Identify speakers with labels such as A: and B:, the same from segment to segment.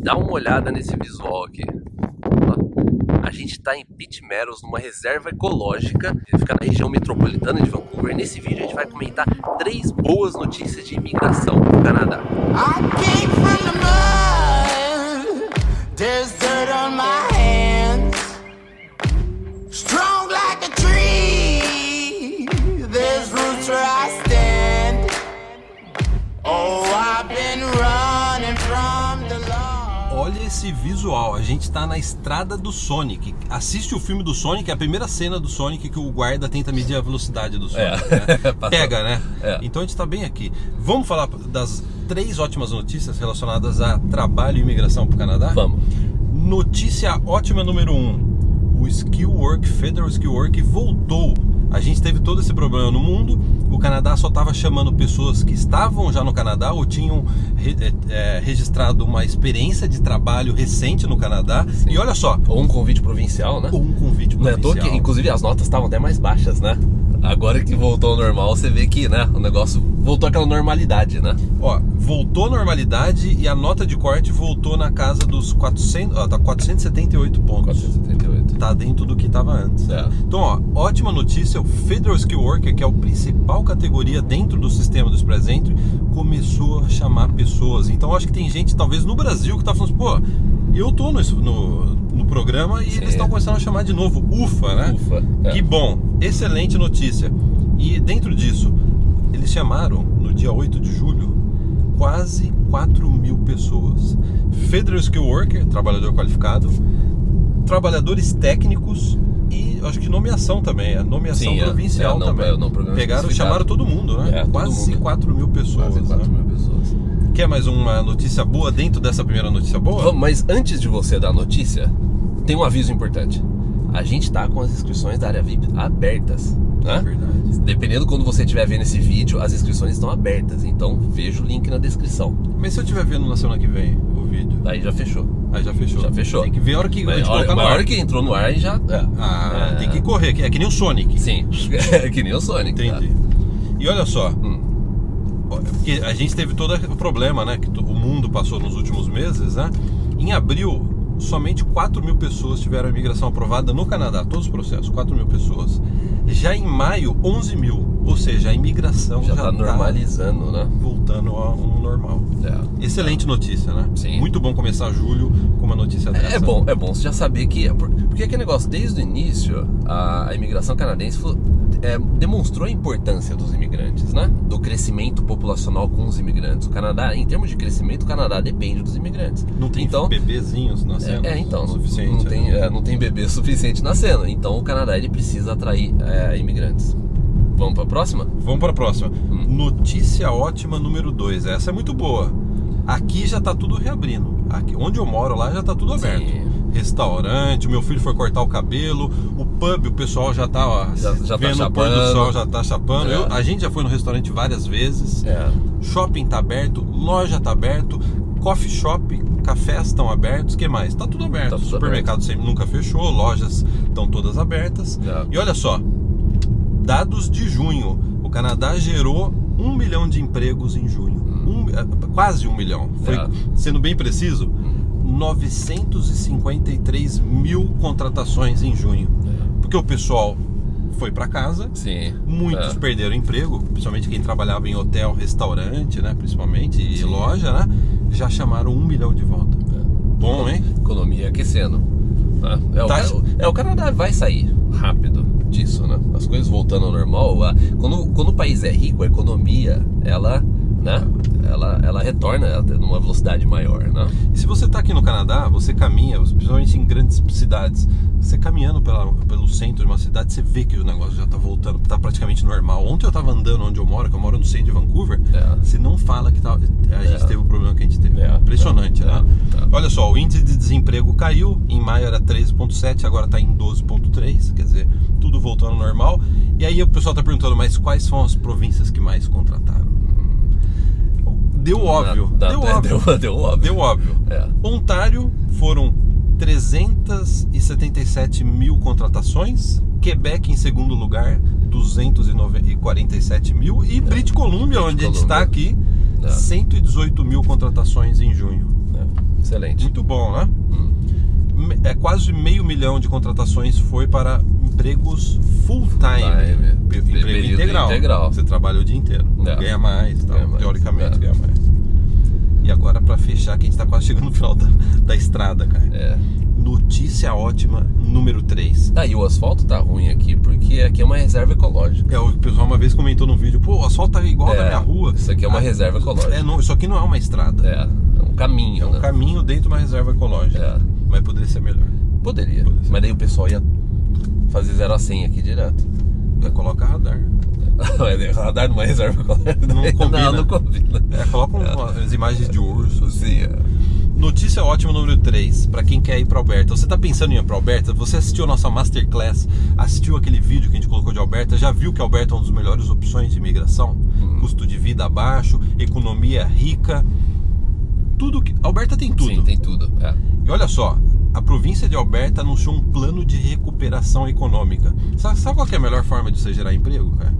A: Dá uma olhada nesse visual aqui. Ó, A gente
B: tá
A: está em Pitt Meadows, numa reserva ecológica, que fica na região metropolitana de Vancouver. Nesse vídeo a gente vai comentar três boas notícias de imigração pro Canadá.
C: I came from the mud. There's dirt on my hands. Strong like a tree. There's roots where I stand. Oh, I've been running from the law.
D: Olha esse visual, a gente tá na estrada do Sonic. Assiste o filme do Sonic, é a primeira cena do Sonic que o guarda tenta medir a velocidade do Sonic.
B: É.
D: né? Pega, né?
B: É.
D: Então a gente tá bem aqui. Vamos falar das três ótimas notícias relacionadas a trabalho e imigração para o Canadá?
B: Vamos.
D: Notícia ótima número um: o Skill Work, Federal Skill Work, voltou. A gente teve todo esse problema no mundo. O Canadá só estava chamando pessoas que estavam já no Canadá ou tinham re- é, é, registrado uma experiência de trabalho recente no Canadá. E olha só,
B: Ou um convite provincial, né?
D: ou um convite
B: Não é à toa que,
D: provincial.
B: inclusive, as notas estavam até mais baixas, né? Agora que voltou ao normal, você vê que, né? O negócio voltou àquela normalidade, né?
D: Ó, voltou à normalidade e a nota de corte voltou na casa dos 400, ó, tá 478 pontos.
B: 478.
D: tá dentro do que estava antes. né?
B: É.
D: Então, ó, ótima notícia, o Federal Skill Worker, que é a principal categoria dentro do sistema do Express Entry, começou a chamar pessoas. Então, acho que tem gente, talvez no Brasil, que tá falando assim, pô, eu tô no, no, no programa e eles estão começando a chamar de novo. Ufa, né?
B: Ufa, é.
D: Que bom, excelente notícia. E dentro disso, eles chamaram, no dia 8 de julho, quase 4 mil pessoas. Federal Skill Worker, trabalhador qualificado, trabalhadores técnicos e acho que nomeação também, a nomeação
B: Sim, é.
D: provincial
B: É, não,
D: também.
B: é, não, programa
D: Pegaram,
B: especificado.
D: chamaram todo mundo,
B: É,
D: né?
B: todo
D: Quase
B: mundo.
D: 4 mil pessoas.
B: Quase 4
D: né?
B: mil pessoas.
D: Quer mais uma notícia boa dentro dessa primeira notícia boa?
B: Vamos, mas antes de você dar a notícia, tem um aviso importante. A gente tá com as inscrições da área VIP abertas, né?
D: É Verdade.
B: Dependendo quando você estiver vendo esse vídeo, as inscrições estão abertas. Então veja o link na descrição.
D: Mas se eu estiver vendo na semana que vem o vídeo,
B: Aí já fechou.
D: aí já fechou.
B: Tá. Já fechou.
D: Tem que ver a hora que a
B: Mas,
D: gente
B: olha,
D: colocar
B: a
D: no ar.
B: hora que entrou no ar, já. é.
D: Ah,
B: É.
D: tem que correr, que- é que nem o Sonic.
B: Sim. que nem o Sonic. tá?
D: Entendi. E olha só,
B: Hum.
D: olha, porque a gente teve todo o problema né, que to- o mundo passou nos últimos meses, né? Em abril, somente 4 mil pessoas tiveram a imigração aprovada no Canadá, todos os processos, 4 mil pessoas. Já em maio, 11 mil. Ou seja, a imigração
B: Já
D: já,
B: tá
D: está
B: normalizando, né?
D: voltando ao normal.
B: É.
D: Excelente notícia, né?
B: Sim.
D: Muito bom começar julho com uma notícia dessa.
B: É bom, é bom você já saber que. Porque aquele negócio, desde o início, a, a imigração canadense fo- é, demonstrou a importância dos imigrantes, né? Do crescimento populacional com os imigrantes. O Canadá, em termos de crescimento, o Canadá depende dos imigrantes.
D: Não tem
B: então,
D: bebezinhos nascendo
B: É, é, então,
D: o
B: não-
D: suficiente.
B: não,
D: né?
B: tem, é, não tem bebê suficiente nascendo. Então o Canadá ele precisa atrair é, imigrantes. Vamos pra próxima?
D: Vamos para a próxima.
B: Hum.
D: Notícia ótima número 2. Essa é muito boa. Aqui já tá tudo reabrindo. Aqui, onde eu moro lá já tá tudo aberto.
B: Sim.
D: Restaurante, o meu filho foi cortar o cabelo, o pub, o pessoal já tá, ó,
B: Já- já tá
D: vendo o pôr do
B: chapando.
D: sol, já tá chapando.
B: É.
D: Eu- a gente já foi no restaurante várias vezes.
B: É.
D: Shopping tá aberto, loja tá aberto, coffee shop, cafés estão abertos, que mais? Tá tudo aberto.
B: Tá tudo
D: Supermercado sempre nunca fechou, lojas estão todas abertas.
B: É.
D: E olha só, dados de junho, o Canadá gerou um milhão de empregos em junho,
B: Hum.
D: Um- eh, quase um milhão. Foi,
B: É.
D: Sendo bem preciso,
B: Hum.
D: 953 mil contratações em junho,
B: É.
D: porque o pessoal foi para casa.
B: Sim.
D: Muitos
B: É.
D: perderam emprego, principalmente quem trabalhava em hotel, restaurante, né? Principalmente, e
B: Sim.
D: loja, né? Já chamaram um milhão de volta.
B: É.
D: Bom, hein?
B: Economia aquecendo. né? É, o,
D: Tá-
B: Ca- é, o Canadá vai sair rápido disso, né? As coisas voltando ao normal. a- quando, quando o país é rico, a economia, ela, né? Ela, ela retorna numa velocidade maior, né?
D: E se você está aqui no Canadá, você caminha, principalmente em grandes cidades, você caminhando pela- pelo centro de uma cidade, você vê que o negócio já está voltando, está praticamente normal. Ontem eu estava andando onde eu moro, que eu moro no centro de Vancouver,
B: É.
D: você não fala que tá- a gente teve o problema que a gente teve.
B: É.
D: Impressionante,
B: É.
D: né?
B: É.
D: Olha só, o índice de desemprego caiu, em maio era 13,7, agora está em 12,3, quer dizer, tudo voltando ao normal. E aí o pessoal está perguntando, mas quais são as províncias que mais contrataram? Deu óbvio.
B: Dá- dá-
D: deu
B: deu
D: óbvio.
B: Deu, óbvio.
D: Deu óbvio.
B: É.
D: Ontário foram 377 mil contratações. Quebec em segundo lugar, 247 mil. E British Columbia, onde a gente tá
B: Columbia.
D: está aqui,
B: É.
D: 118 mil contratações em junho.
B: É. Excelente.
D: Muito bom, né?
B: Hum.
D: Me- É quase meio milhão de contratações foi para empregos full time,
B: Full-time,
D: pe-
B: pe-
D: emprego
B: período
D: integral.
B: integral.
D: Você trabalha o dia inteiro,
B: É.
D: ganha mais, tal,
B: Ganha mais,
D: teoricamente
B: é.
D: ganha mais. E agora para fechar, que a gente está quase chegando no final da, da estrada, cara.
B: É.
D: Notícia ótima número 3.
B: Tá, e o asfalto tá ruim aqui, porque aqui é uma reserva ecológica.
D: É, o pessoal uma vez comentou no vídeo, pô, o asfalto tá igual
B: É,
D: da minha rua.
B: isso aqui é uma
D: Ah,
B: reserva ecológica.
D: É, não, isso aqui não é uma estrada.
B: É, é um caminho,
D: É um
B: né?
D: caminho dentro de uma reserva ecológica.
B: É.
D: Mas poderia ser melhor.
B: Poderia.
D: Poderia ser.
B: Mas daí o pessoal ia fazer 0 a 100 aqui direto.
D: É, Coloca radar.
B: Mas Radar numa reserva ecológica.
D: Não combina.
B: Não, não combina.
D: É, coloca um- as imagens de urso.
B: Sim, é.
D: Notícia ótima número 3, pra quem quer ir pra Alberta. Você tá pensando em ir pra Alberta? Você assistiu a nossa masterclass, assistiu aquele vídeo que a gente colocou de Alberta, já viu que Alberta é uma das melhores opções de imigração?
B: Hum.
D: Custo de vida baixo, economia rica. Tudo que. Alberta tem tudo.
B: Sim, tem tudo. É.
D: E olha só, a província de Alberta anunciou um plano de recuperação econômica. Sabe, sabe qual que é a melhor forma de você gerar emprego, cara?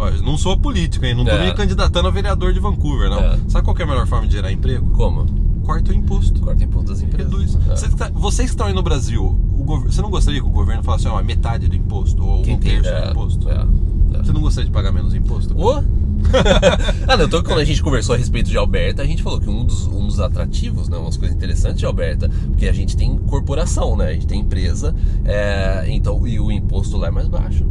D: Olha, eu não sou político, hein? Não tô
B: É.
D: me candidatando a vereador de Vancouver, não.
B: É.
D: Sabe qual que é a melhor forma de gerar emprego?
B: Como?
D: Corta o imposto.
B: Corta em ponto das empresas.
D: Reduz.
B: É.
D: Você tá- vocês que estão aí no Brasil, o gover- você não gostaria que o governo falasse, ó, metade do imposto, ou
B: Quem
D: um
B: tem
D: terço
B: é,
D: do imposto?
B: É. é.
D: Você não gostaria de pagar menos imposto?
B: Ô! ah, não, então quando a gente conversou a respeito de Alberta, a gente falou que um dos, um dos atrativos, né, umas coisas interessantes de Alberta, porque a gente tem corporação, né? A gente tem empresa, é, então, e o imposto lá é mais baixo.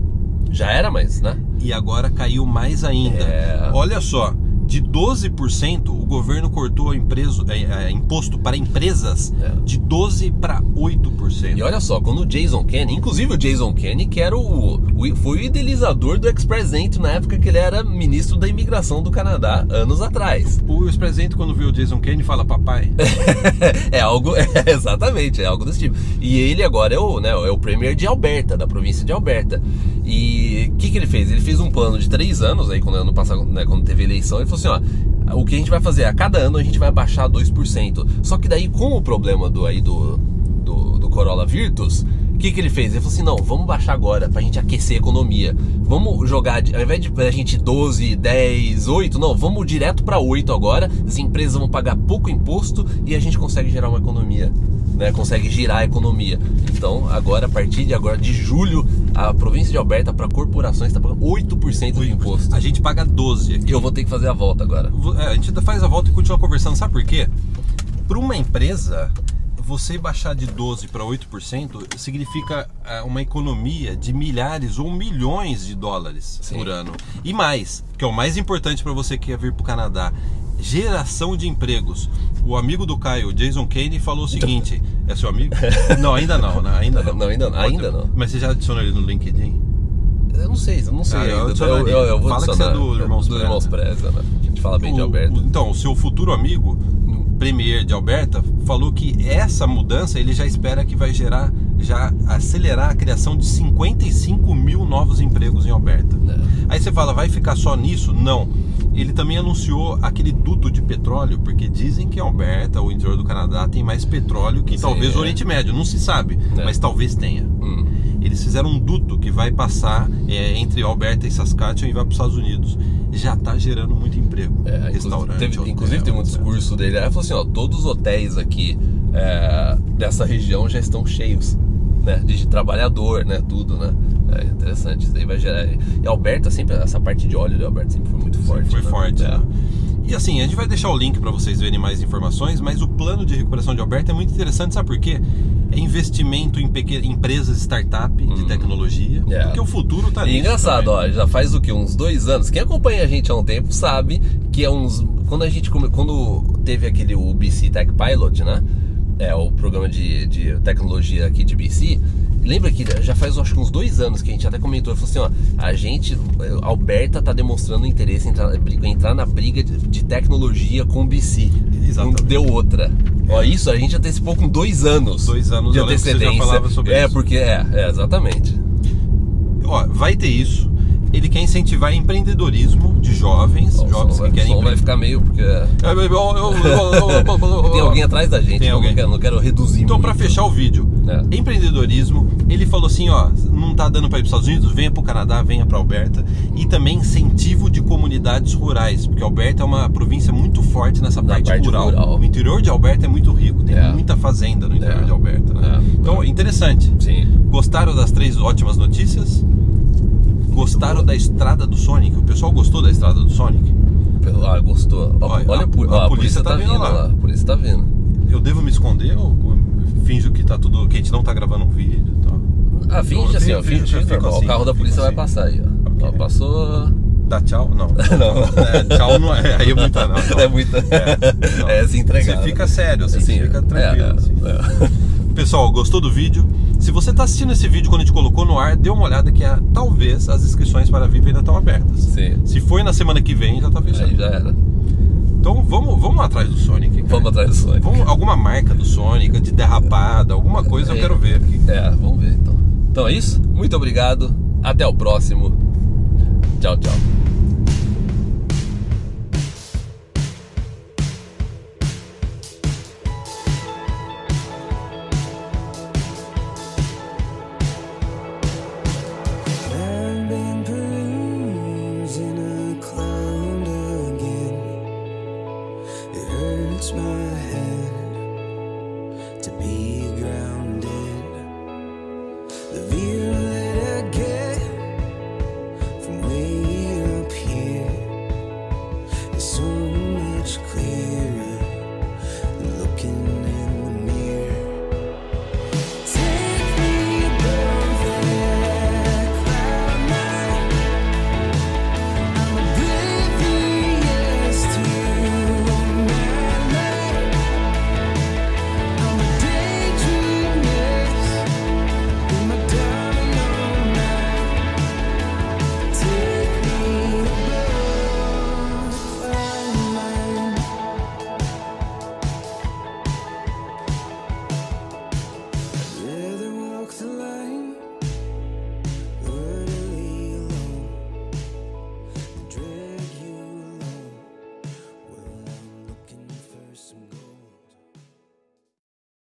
B: Já era mais, né?
D: e agora caiu mais ainda.
B: É.
D: Olha só, de 12% o governo cortou empreso- é, é, imposto para empresas
B: É.
D: de 12 para 8%.
B: E olha só, quando o Jason Kenny, inclusive o Jason Kenny, que era o, o- foi o idealizador do Express Entry na época que ele era ministro da imigração do Canadá, anos atrás.
D: O ex-presidente quando vê o Jason Kenney fala papai.
B: É algo, é, exatamente, é algo desse tipo. E ele agora é o, né, é o premier de Alberta, da província de Alberta. E o que, que ele fez? Ele fez um plano de três anos, aí quando, ano passado, né, quando teve eleição, ele falou assim, ó, o que a gente vai fazer? A cada ano a gente vai baixar 2%. Só que daí, com o problema do, aí do, do, do Corolla Virtus, o que, que ele fez? Ele falou assim, não, vamos baixar agora pra gente aquecer a economia. Vamos jogar, de- ao invés de a gente 12, 10, 8, não, vamos direto pra 8 agora. As empresas vão pagar pouco imposto e a gente consegue gerar uma economia, né? Consegue girar a economia. Então, agora, a partir de agora, de julho, a província de Alberta para corporações está pagando 8% de imposto.
D: A gente paga 12 aqui.
B: Eu vou ter que fazer a volta agora.
D: Vo- é, a gente faz a volta e continua conversando, sabe por quê? Para uma empresa, você baixar de 12 para 8% significa ah, uma economia de milhares ou milhões de dólares
B: Sim.
D: por ano. E mais, que é o mais importante para você que quer vir para o Canadá, geração de empregos. O amigo do Caio, Jason Kane, falou o seguinte: é seu amigo? Não, ainda não, né? ainda não.
B: Não, ainda não, ainda não.
D: Mas você já adicionou ele no LinkedIn?
B: Eu não sei, eu não sei
D: Ah, eu
B: ainda.
D: adicionaria.
B: vou
D: Fala que você é
B: adicionar.
D: do Irmãos
B: do Irmãos Preza, né? A gente fala bem de
D: O-
B: Alberta.
D: o- então, o seu futuro amigo, o premier de Alberta, falou que essa mudança ele já espera que vai gerar, já acelerar a criação de 55 mil novos empregos em Alberta.
B: É.
D: Aí você fala, vai ficar só nisso? Não. Ele também anunciou aquele duto de petróleo, porque dizem que Alberta, o interior do Canadá, tem mais petróleo que
B: Sim,
D: talvez o
B: é.
D: Oriente Médio. Não se sabe,
B: É.
D: mas talvez tenha.
B: Hum.
D: Eles fizeram um duto que vai passar é, entre Alberta e Saskatchewan e vai para os Estados Unidos. Já está gerando muito emprego.
B: É, inclusive,
D: Restaurante.
B: teve-
D: hotel,
B: inclusive tem um
D: etc.
B: discurso dele, aí ele falou assim, ó, todos os hotéis aqui é, dessa região já estão cheios, né? De, de trabalhador, né? Tudo, né? É interessante, isso daí vai gerar. E Alberta sempre, essa parte de óleo de Alberta sempre foi muito forte.
D: Foi
B: né?
D: forte.
B: É.
D: né? E assim, a gente vai deixar o link para vocês verem mais informações, mas o plano de recuperação de Alberta é muito interessante, sabe por quê? É investimento em peque- empresas startup de tecnologia,
B: É.
D: porque o futuro tá
B: E
D: nisso
B: engraçado, ó,
D: também.
B: já faz o que? Uns dois anos. Quem acompanha a gente há um tempo sabe que é uns. Quando a gente come- quando teve aquele o BC Tech Pilot, né? É o programa de, de tecnologia aqui de BC. Lembra que já faz acho que uns dois anos que a gente até comentou, falou assim, ó, a gente, a Alberta tá demonstrando interesse em entrar, eh, entrar na briga de, de tecnologia com o BC.
D: Exatamente. É.
B: Não deu outra. Ó, isso a gente antecipou com dois anos.
D: Dois anos,
B: de
D: eu lembro que você já
B: antecedência.
D: falava sobre
B: é,
D: isso.
B: porque é, é, exatamente.
D: Ó, vai ter isso. Ele quer incentivar empreendedorismo de jovens,
B: Ó, o
D: jovens
B: som,
D: que
B: vai-
D: querem
B: o som vai
D: empreender.
B: ficar meio porque
D: Tem
B: tem alguém atrás da gente.
D: Tem
B: eu não
D: alguém.
B: quero, não quero reduzir.
D: Então,
B: muito.
D: para fechar o vídeo,
B: É.
D: empreendedorismo. Ele falou assim, ó, não tá dando para ir para Estados Unidos, venha para o Canadá, venha para Alberta e também incentivo de comunidades rurais, porque Alberta é uma província muito forte nessa
B: Na
D: parte,
B: parte
D: rural.
B: rural.
D: O interior de Alberta é muito rico, tem
B: É.
D: muita fazenda no interior
B: É.
D: de Alberta.
B: É.
D: Né? Então, interessante.
B: Sim.
D: Gostaram das três ótimas notícias? Gostaram da estrada do Sonic? O pessoal gostou da estrada do Sonic?
B: Pelo- Ah, gostou. Ó,
D: Olha,
B: Olha,
D: a-
B: a, pu-
D: a
B: ó, a polícia, tá, vindo lá. A polícia tá vindo.
D: Eu devo me esconder ou finjo que tá tudo. que a gente não tá gravando um vídeo e tal?
B: Ah,
D: Eu-
B: finge
D: eu
B: assim,
D: fico-
B: ó. Finge, finge
D: eu fico
B: normal.
D: assim,
B: o carro da
D: eu fico
B: polícia vai
D: assim.
B: passar aí, ó. Ó,
D: Ok.
B: passou.
D: Dá tchau? Não. É, tchau não é. Aí é muita não. não.
B: É muita.
D: não.
B: É, se entregar.
D: Você fica sério, assim,
B: Assim,
D: você fica
B: é,
D: tranquilo.
B: é,
D: assim.
B: é.
D: Pessoal, gostou do vídeo? Se você tá assistindo esse vídeo quando a gente colocou no ar, dê uma olhada que ah, talvez as inscrições para a VIP ainda estão abertas.
B: Sim.
D: Se foi na semana que vem, já tá fechado.
B: é. Aí já era.
D: Então vamos, vamos atrás do Sonic. cara.
B: Vamos atrás do Sonic.
D: Vamos- alguma marca do Sonic, de derrapada, alguma coisa eu
B: É.
D: quero ver aqui.
B: É, vamos ver então. Então é isso. Muito obrigado. Até o próximo. Tchau, tchau.